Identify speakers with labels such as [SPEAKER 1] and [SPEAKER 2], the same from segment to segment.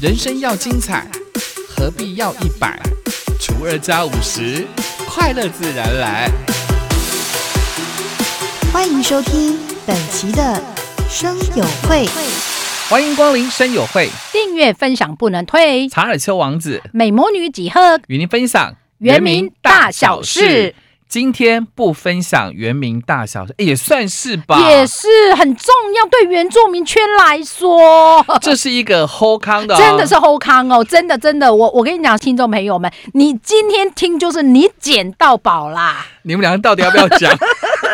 [SPEAKER 1] 人生要精彩，何必要一百除二加五十？快乐自然来。
[SPEAKER 2] 欢迎收听本期的生友会。
[SPEAKER 1] 欢迎光临生友会，
[SPEAKER 3] 订阅分享不能退，
[SPEAKER 1] 查尔丘王子
[SPEAKER 3] 美魔女几何
[SPEAKER 1] 与您分享
[SPEAKER 3] 原名大小事。
[SPEAKER 1] 今天不分享原名大小事，诶哎也算是吧。
[SPEAKER 3] 也是很重要，对原住民圈来说。
[SPEAKER 1] 这是一个齁康的、哦，
[SPEAKER 3] 真的是后康哦，真的真的，我我跟你讲，听众朋友们，你今天听就是你捡到宝啦，
[SPEAKER 1] 你们两个到底要不要 讲？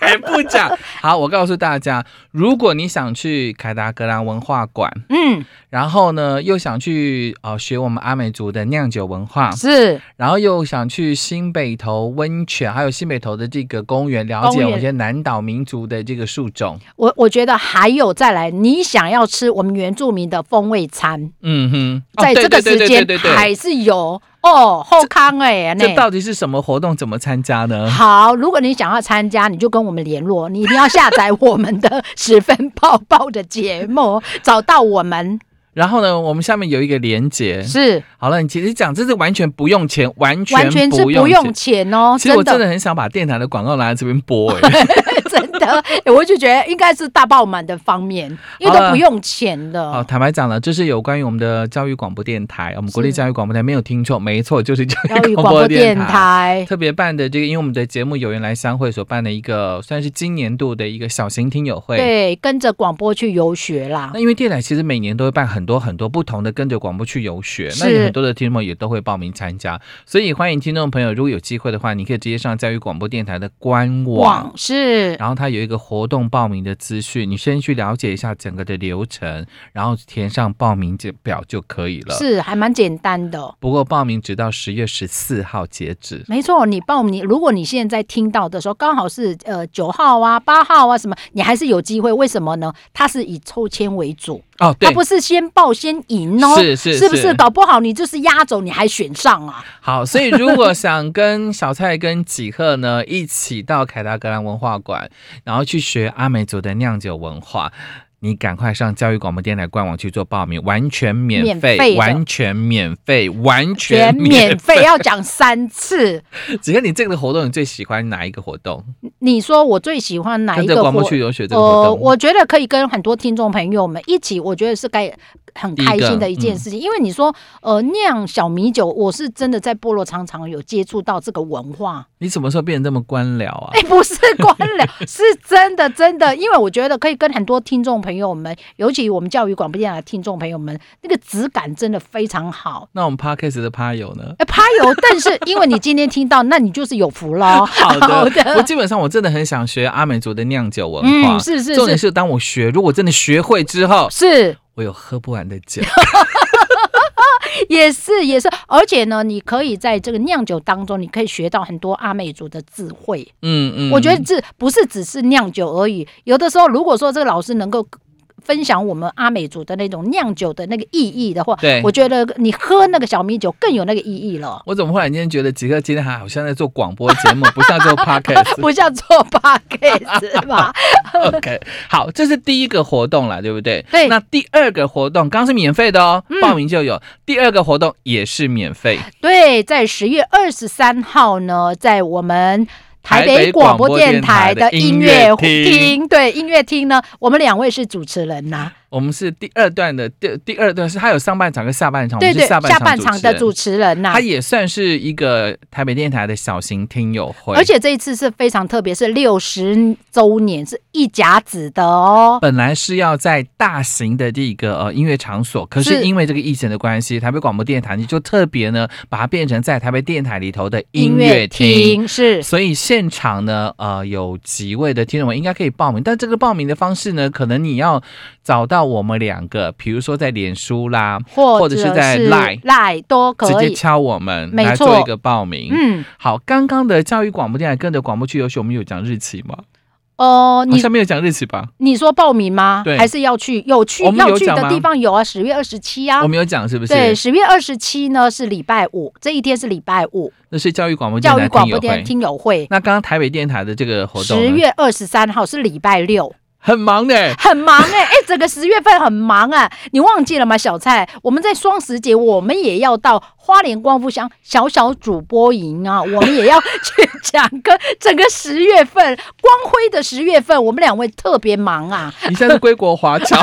[SPEAKER 1] 还不讲？好，我告诉大家，如果你想去凯达格兰文化馆，
[SPEAKER 3] 嗯，
[SPEAKER 1] 然后呢又想去呃学我们阿美族的酿酒文化，
[SPEAKER 3] 是
[SPEAKER 1] 然后又想去新北投温泉，还有新北投的这个公园，了解
[SPEAKER 3] 公园
[SPEAKER 1] 我们一些南岛民族的这个树种。
[SPEAKER 3] 我我觉得还有再来，你想要吃我们原住民的风味餐，
[SPEAKER 1] 嗯哼，哦
[SPEAKER 3] 在
[SPEAKER 1] 对
[SPEAKER 3] 这个
[SPEAKER 1] 对
[SPEAKER 3] 时
[SPEAKER 1] 对
[SPEAKER 3] 间
[SPEAKER 1] 对对对
[SPEAKER 3] 还是有哦后康哎、那
[SPEAKER 1] 这到底是什么活动？怎么参加呢？
[SPEAKER 3] 好，如果你想要参加，你就跟我们联络，你一定要下载我们的十分抱抱的节目，找到我 们
[SPEAKER 1] 然后呢，我们下面有一个连接。
[SPEAKER 3] 是
[SPEAKER 1] 好了，你其实讲这是完全不用钱，完全
[SPEAKER 3] 完全是
[SPEAKER 1] 不用
[SPEAKER 3] 不
[SPEAKER 1] 钱。
[SPEAKER 3] 用钱哦，
[SPEAKER 1] 其实我真
[SPEAKER 3] 的
[SPEAKER 1] 的很想把电台的广告拿来这边播、哎，
[SPEAKER 3] 真的、哎我就觉得应该是大爆满的方面，因为
[SPEAKER 1] 好
[SPEAKER 3] 都
[SPEAKER 1] 了
[SPEAKER 3] 不用钱
[SPEAKER 1] 好，
[SPEAKER 3] 的。
[SPEAKER 1] 坦白讲了，这是有关于我们的教育广播电台，哦我们国立
[SPEAKER 3] 是
[SPEAKER 1] 教育广播电台没有听错，没错，就是教
[SPEAKER 3] 教育
[SPEAKER 1] 育
[SPEAKER 3] 广
[SPEAKER 1] 播
[SPEAKER 3] 播
[SPEAKER 1] 电
[SPEAKER 3] 电
[SPEAKER 1] 台。
[SPEAKER 3] 台
[SPEAKER 1] 特别办的这个，因为我们的节目有缘来相会所办的一个，算是今年度的一个小型听友会。
[SPEAKER 3] 对，跟着广播去游学啦
[SPEAKER 1] 那。因为电台其实每年都会办很多很多不同的跟着广播去游学，那
[SPEAKER 3] 是
[SPEAKER 1] 有很多的听众也都会报名参加，所以欢迎听众朋友，如果有机会的话，你可以直接上教育广播电台的官网
[SPEAKER 3] 网。是
[SPEAKER 1] 然后它有一个活动报名的资讯，你先去了解一下整个的流程，然后填上报名表就可以了。，
[SPEAKER 3] 是还蛮简单的。
[SPEAKER 1] 不过报名直到十月十四号截止。
[SPEAKER 3] 没错，你报你，如果你现在听到的时候刚好是呃九号啊、八号啊什么，你还是有机会。为什么呢？它是以抽签为主，
[SPEAKER 1] 哦，
[SPEAKER 3] 它
[SPEAKER 1] 对，
[SPEAKER 3] 不是先报先赢哦，
[SPEAKER 1] 是是
[SPEAKER 3] 不
[SPEAKER 1] 是
[SPEAKER 3] 是？搞不好你就是压轴，你还选上啊？
[SPEAKER 1] 好，所以如果想跟小蔡跟几贺呢一起到凯达格兰文化馆， 然后去学阿美族的酿酒文化。你赶快上教育广播电台官网去做报名，完全免费，
[SPEAKER 3] 免费的
[SPEAKER 1] 完全免费，完
[SPEAKER 3] 全
[SPEAKER 1] 全
[SPEAKER 3] 免
[SPEAKER 1] 免
[SPEAKER 3] 费，要讲三次。
[SPEAKER 1] 几贺，你这个活动你最喜欢哪一个活动？
[SPEAKER 3] 你说我最喜欢哪
[SPEAKER 1] 跟
[SPEAKER 3] 一
[SPEAKER 1] 着
[SPEAKER 3] 个
[SPEAKER 1] 广播
[SPEAKER 3] 活
[SPEAKER 1] 去游学这个活
[SPEAKER 3] 呃，
[SPEAKER 1] 动，
[SPEAKER 3] 我觉得可以跟很多听众朋友们一起，我觉得是该很开心的一
[SPEAKER 1] 嗯
[SPEAKER 3] 件事情，因为你说呃酿小米酒，我是真的在部落常常有接触到这个文化。
[SPEAKER 1] 你什么时候变得这么官僚啊？
[SPEAKER 3] 哎、不是官僚， 是真的真的，因为我觉得可以跟很多听众朋友们，尤其我们教育广播电台的听众朋友们，那个质感真的非常好。
[SPEAKER 1] 那我们 podcast 的趴友 呢？
[SPEAKER 3] 哎、趴友，但是因为你今天听到，那你就是有福喽。
[SPEAKER 1] 好的，
[SPEAKER 3] 好的
[SPEAKER 1] 我基本上我真的很想学阿美族的酿酒文化。
[SPEAKER 3] 嗯，是是
[SPEAKER 1] 重点
[SPEAKER 3] 是
[SPEAKER 1] 是，当我学，如果真的学会之后，
[SPEAKER 3] 是，
[SPEAKER 1] 我有喝不完的 酒。
[SPEAKER 3] 也是也是，而且呢，你可以在这个酿酒当中，你可以学到很多阿美族的智慧。
[SPEAKER 1] 嗯嗯，
[SPEAKER 3] 我觉得这不是只是酿酒而已，有的时候如果说这个老师能够。分享我们阿美族的那种酿酒的那个意义的话，
[SPEAKER 1] 对
[SPEAKER 3] 我觉得你喝那个小米酒更有那个意义 了，
[SPEAKER 1] 我怎么忽然间觉得吉克今天还好像在做广播节目，不 像做 podcast。
[SPEAKER 3] 不像做 p o d c a s 吧？
[SPEAKER 1] OK，好，这是第一个活动啦，对不对？
[SPEAKER 3] 对嗯
[SPEAKER 1] 那第二个活动刚刚是免费的哦，报名就有。第二个活动也是免费，
[SPEAKER 3] 对，在十月二十三号呢，在我们。
[SPEAKER 1] 台
[SPEAKER 3] 台
[SPEAKER 1] 北
[SPEAKER 3] 北广播电
[SPEAKER 1] 台
[SPEAKER 3] 台
[SPEAKER 1] 的
[SPEAKER 3] 的
[SPEAKER 1] 音
[SPEAKER 3] 音
[SPEAKER 1] 乐
[SPEAKER 3] 乐
[SPEAKER 1] 厅
[SPEAKER 3] 厅，对音乐厅呢，我们两位是主持人呐、
[SPEAKER 1] 我们是第二段的第第二段是它有上半场跟下半场，
[SPEAKER 3] 对
[SPEAKER 1] 我们
[SPEAKER 3] 对，
[SPEAKER 1] 是下半
[SPEAKER 3] 下半场的
[SPEAKER 1] 人
[SPEAKER 3] 主持人呐、
[SPEAKER 1] 它也算是一个台北电台的小型听友会，
[SPEAKER 3] 而且这一次是非常特别，是六十周年，是一甲子的哦。
[SPEAKER 1] 本来是要在大型的这个呃音乐场所，可是
[SPEAKER 3] 是
[SPEAKER 1] 因为这个疫情的关系，台北广播电台你就特别呢把它变成在台北电台里头的音乐厅。
[SPEAKER 3] 是
[SPEAKER 1] 所以现场呢，呃，有几位的听众们应该可以报名，但这个报名的方式呢，可能你要找到我们两个，比如说在脸书啦，
[SPEAKER 3] 或
[SPEAKER 1] 或者是在 Line
[SPEAKER 3] 赖都
[SPEAKER 1] 直
[SPEAKER 3] 可
[SPEAKER 1] 接
[SPEAKER 3] 以。
[SPEAKER 1] 敲我们
[SPEAKER 3] 没
[SPEAKER 1] 来
[SPEAKER 3] 错
[SPEAKER 1] 做一个报名。
[SPEAKER 3] 嗯，
[SPEAKER 1] 好，刚刚的教育广播电台跟着广播去游学，我们有讲日期吗？好
[SPEAKER 3] 哦，你
[SPEAKER 1] 像没有讲日期吧？
[SPEAKER 3] 你说报名吗
[SPEAKER 1] 对？
[SPEAKER 3] 还是要去？有去
[SPEAKER 1] 我们有
[SPEAKER 3] 要去
[SPEAKER 1] 讲吗
[SPEAKER 3] 的地方有啊，十月二十七啊
[SPEAKER 1] 我。们有讲是不是？
[SPEAKER 3] 对，十月二十七呢是礼拜五，这一天是礼拜五，
[SPEAKER 1] 那是教育广播电
[SPEAKER 3] 教
[SPEAKER 1] 台
[SPEAKER 3] 育广
[SPEAKER 1] 听
[SPEAKER 3] 播
[SPEAKER 1] 友
[SPEAKER 3] 电
[SPEAKER 1] 会
[SPEAKER 3] 台。听友会。
[SPEAKER 1] 那刚刚台北电台的这个活动呢，
[SPEAKER 3] 十月二十三号是礼拜六，
[SPEAKER 1] 很忙呢、
[SPEAKER 3] 很忙哎、哎、整个十月份很忙啊！你忘记了吗，小蔡？我们在双十节，我们也要到花莲光复乡小小主播 营啊，我们也要去讲个整个十月份光辉的十月份，我们两位特别忙啊，
[SPEAKER 1] 你现在是归国华 侨，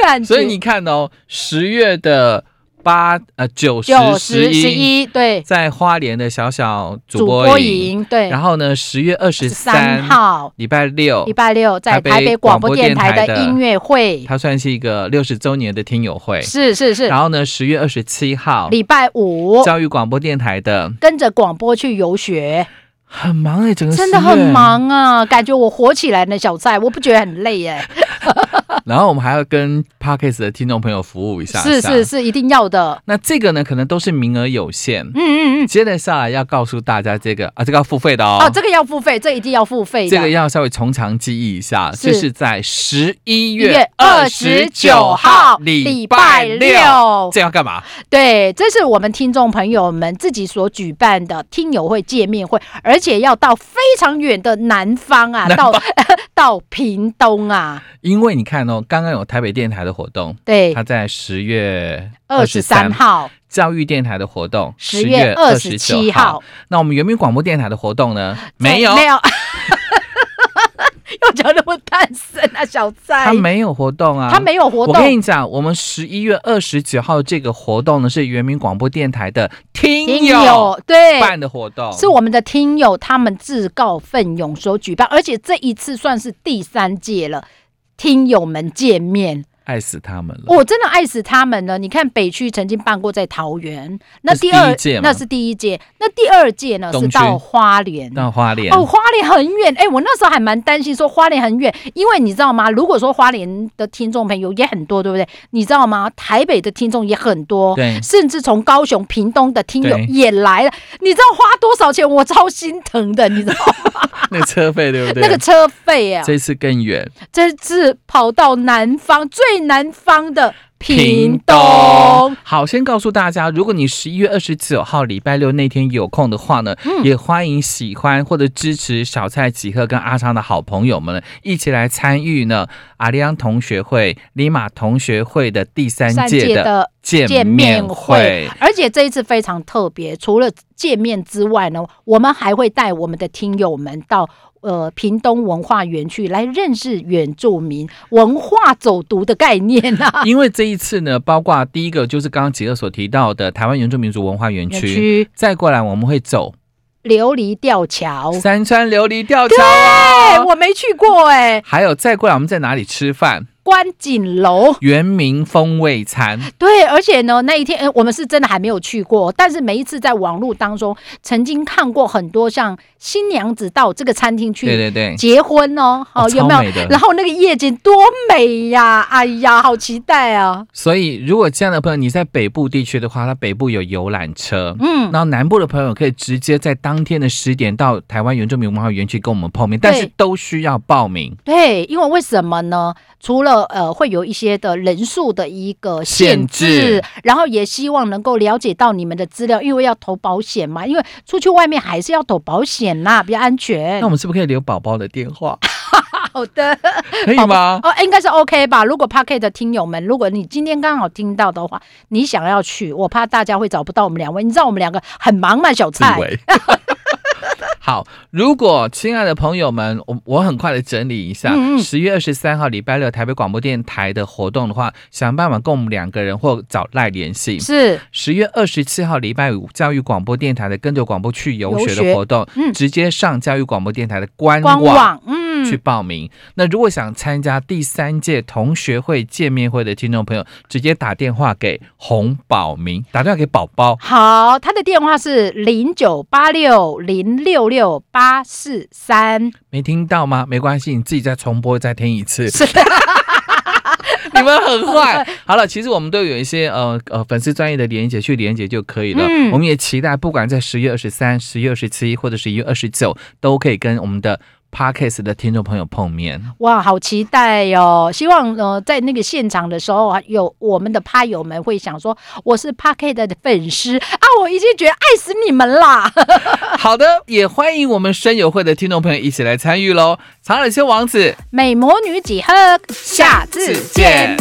[SPEAKER 3] 感觉
[SPEAKER 1] 所以你看哦，十月的八呃九十
[SPEAKER 3] 九
[SPEAKER 1] 十
[SPEAKER 3] 十十一对
[SPEAKER 1] 在花莲的小小主
[SPEAKER 3] 主
[SPEAKER 1] 播
[SPEAKER 3] 播
[SPEAKER 1] 营，
[SPEAKER 3] 营对，
[SPEAKER 1] 然
[SPEAKER 3] 后
[SPEAKER 1] 后呢，十月二十
[SPEAKER 3] 三
[SPEAKER 1] 三，
[SPEAKER 3] 号
[SPEAKER 1] 礼拜六
[SPEAKER 3] 礼。拜六在
[SPEAKER 1] 台北
[SPEAKER 3] 台北广播
[SPEAKER 1] 广播
[SPEAKER 3] 电
[SPEAKER 1] 电
[SPEAKER 3] 台
[SPEAKER 1] 台
[SPEAKER 3] 的
[SPEAKER 1] 的
[SPEAKER 3] 音乐会，
[SPEAKER 1] 它算是一个六十周年的听友会，
[SPEAKER 3] 是是是，
[SPEAKER 1] 然后呢，十月二十七号，
[SPEAKER 3] 礼拜五
[SPEAKER 1] 教育广播电台的
[SPEAKER 3] 跟着广播去游学。
[SPEAKER 1] 很忙哎、整个
[SPEAKER 3] 真的
[SPEAKER 1] 10
[SPEAKER 3] 很
[SPEAKER 1] 月。
[SPEAKER 3] 忙啊，感觉我火起来呢，小蔡，我不觉得很 累耶、
[SPEAKER 1] 然后我们还要跟 Parkes 的听众朋友服务一下，
[SPEAKER 3] 是是。是，一定要的。
[SPEAKER 1] 那这个呢，可能都是名额有限。
[SPEAKER 3] 嗯 嗯嗯，
[SPEAKER 1] 接着下来要告诉大家这个啊，这个要付费的哦。
[SPEAKER 3] 哦，这个要付费，这一定要付费的。
[SPEAKER 1] 这个要稍微从长计议一下，就
[SPEAKER 3] 是
[SPEAKER 1] 是在十一
[SPEAKER 3] 一
[SPEAKER 1] 月二十九号礼拜六，这要干嘛？
[SPEAKER 3] 对，这是我们听众朋友们自己所举办的听友会见面会，而且要到非常远的南方啊，
[SPEAKER 1] 南
[SPEAKER 3] 到 到屏东啊，
[SPEAKER 1] 因为你看哦，刚刚有台北电台的活动，
[SPEAKER 3] 对
[SPEAKER 1] 它，在十月
[SPEAKER 3] 二十三
[SPEAKER 1] 23。
[SPEAKER 3] 号，
[SPEAKER 1] 教育电台的活动，
[SPEAKER 3] 十月二十七
[SPEAKER 1] 29
[SPEAKER 3] 号。，
[SPEAKER 1] 那我们原民广播电台的活动呢？没有，
[SPEAKER 3] 没有， 又讲那么单身啊，小蔡，
[SPEAKER 1] 它没有活动啊，
[SPEAKER 3] 他没有活
[SPEAKER 1] 我跟
[SPEAKER 3] 动。
[SPEAKER 1] 你讲，我们十一月二十九号这个活动呢，是原民广播电台的听友
[SPEAKER 3] 对，
[SPEAKER 1] 办的活动，
[SPEAKER 3] 是我们的听友他们自告奋勇所举办，而且这一次算是第三届了。听友们见面，
[SPEAKER 1] 爱死他们了。
[SPEAKER 3] 我真的爱死他们了。你看北区曾经办过在桃园，那
[SPEAKER 1] 那是
[SPEAKER 3] 第二
[SPEAKER 1] 第一届吗
[SPEAKER 3] 那是第一届，那第二届呢
[SPEAKER 1] 东
[SPEAKER 3] 是
[SPEAKER 1] 区
[SPEAKER 3] 到花莲。
[SPEAKER 1] 到花莲
[SPEAKER 3] 哦，花莲很远，哎、我那时候还蛮担心说花莲很远，因为你知道吗？如果说花莲的听众朋友也很多，对不对？你知道吗？台北的听众也很多，
[SPEAKER 1] 对
[SPEAKER 3] 甚至从高雄、屏东的听友
[SPEAKER 1] 对
[SPEAKER 3] 也来了。你知道花多少钱？我超心疼的，你知道吗
[SPEAKER 1] 那个车费对不对？
[SPEAKER 3] 那个车费啊，
[SPEAKER 1] 这次更远，
[SPEAKER 3] 这次跑到南方最南方的屏东
[SPEAKER 1] 东。好，先告诉大家，如果你十一月二十九号礼拜六那天有空的话呢，
[SPEAKER 3] 嗯
[SPEAKER 1] 也欢迎喜欢或者支持小蔡几何跟阿昌的好朋友们呢一起来参与呢阿里安同学会、里马同学会的第三
[SPEAKER 3] 三
[SPEAKER 1] 届
[SPEAKER 3] 届
[SPEAKER 1] 的
[SPEAKER 3] 的
[SPEAKER 1] 见
[SPEAKER 3] 见面
[SPEAKER 1] 面
[SPEAKER 3] 会
[SPEAKER 1] 会。，
[SPEAKER 3] 而且这一次非常特别，除了见面之外呢，我们还会带我们的听友们到。呃，屏东文化园区来认识原住民文化走读的概念啊，
[SPEAKER 1] 因为这一次呢，包括第一个就是刚刚杰克所提到的台湾原住民族文化园
[SPEAKER 3] 园
[SPEAKER 1] 区，
[SPEAKER 3] 区
[SPEAKER 1] 再过来我们会走
[SPEAKER 3] 琉璃吊桥，
[SPEAKER 1] 三川琉璃吊桥
[SPEAKER 3] 哎、
[SPEAKER 1] 哦，
[SPEAKER 3] 我没去过哎、
[SPEAKER 1] 还有再过来我们在哪里吃饭？
[SPEAKER 3] 观景楼，
[SPEAKER 1] 原民风味餐，
[SPEAKER 3] 对，而且呢，那一天、呃我们是真的还没有去过，但是每一次在网络当中曾经看过很多像新娘子到这个餐厅去
[SPEAKER 1] 对对对，
[SPEAKER 3] 结婚哦，好、
[SPEAKER 1] 哦
[SPEAKER 3] 有没
[SPEAKER 1] 超
[SPEAKER 3] 有
[SPEAKER 1] 美的？
[SPEAKER 3] 然后那个夜景多美呀！哎呀，好期待啊！
[SPEAKER 1] 所以，如果这样的朋友你在北部地区的话，它北部有游览车，
[SPEAKER 3] 嗯，
[SPEAKER 1] 然后南部的朋友可以直接在当天的十点到台湾原住民文化园区跟我们碰面，
[SPEAKER 3] 对
[SPEAKER 1] 但是都需要报名。
[SPEAKER 3] 对，因为为什么呢？除了呃会有一些的人数的一个限制，
[SPEAKER 1] 限制
[SPEAKER 3] 然后也希望能够了解到你们的资料，因为要投保险嘛，因为出去外面还是要投保险啦，比较安全
[SPEAKER 1] 那我。们是不是可以留宝宝的电 话？
[SPEAKER 3] 好的，
[SPEAKER 1] 可以吗？
[SPEAKER 3] 哦，应该是 OK 吧？如果 p a r k e 的听友们，如果你今天刚好听到的话，你想要去，我怕大家会找不到我们两位，你知道我们两个很忙嘛，小
[SPEAKER 1] 自
[SPEAKER 3] 蔡
[SPEAKER 1] 以。为。 好，如果亲爱的朋友们，我我很快的整理一下
[SPEAKER 3] 嗯嗯，
[SPEAKER 1] 十、月二十三号礼拜六台北广播电台的活动的话，想办法跟我们两个人或找赖联系。
[SPEAKER 3] 是，
[SPEAKER 1] 十月二十七号礼拜五，教育广播电台的跟着广播去游学
[SPEAKER 3] 游学
[SPEAKER 1] 的活动，
[SPEAKER 3] 嗯
[SPEAKER 1] 直接上教育广播电台的官
[SPEAKER 3] 官
[SPEAKER 1] 网。
[SPEAKER 3] 网，嗯，
[SPEAKER 1] 去报名。那如果想参加第三届同学会见面会的听众朋友，直接打电话给洪宝明，打电话给宝宝。
[SPEAKER 3] 好，他的电话是零九八六零六六八四三，
[SPEAKER 1] 没听到吗？没关系，你自己再重播再听一次。
[SPEAKER 3] 是
[SPEAKER 1] 你们很坏。好了，其实我们都有一些呃呃粉丝专业的连接去连接就可以了。
[SPEAKER 3] 嗯
[SPEAKER 1] 我们也期待，不管在十月二十三、十月二十七或者十一月二十九，都可以跟我们的 podcast 的听众朋友碰面。
[SPEAKER 3] 哇，好期待哟、希望呃，在那个现场的时候，有我们的趴友们会想说，我是 Parket 的粉丝啊，我已经觉得爱死你们啦！
[SPEAKER 1] 好的，也欢迎我们声友会的听众朋友一起来参与喽。长耳仙王子，
[SPEAKER 3] 美魔女几何，下次见。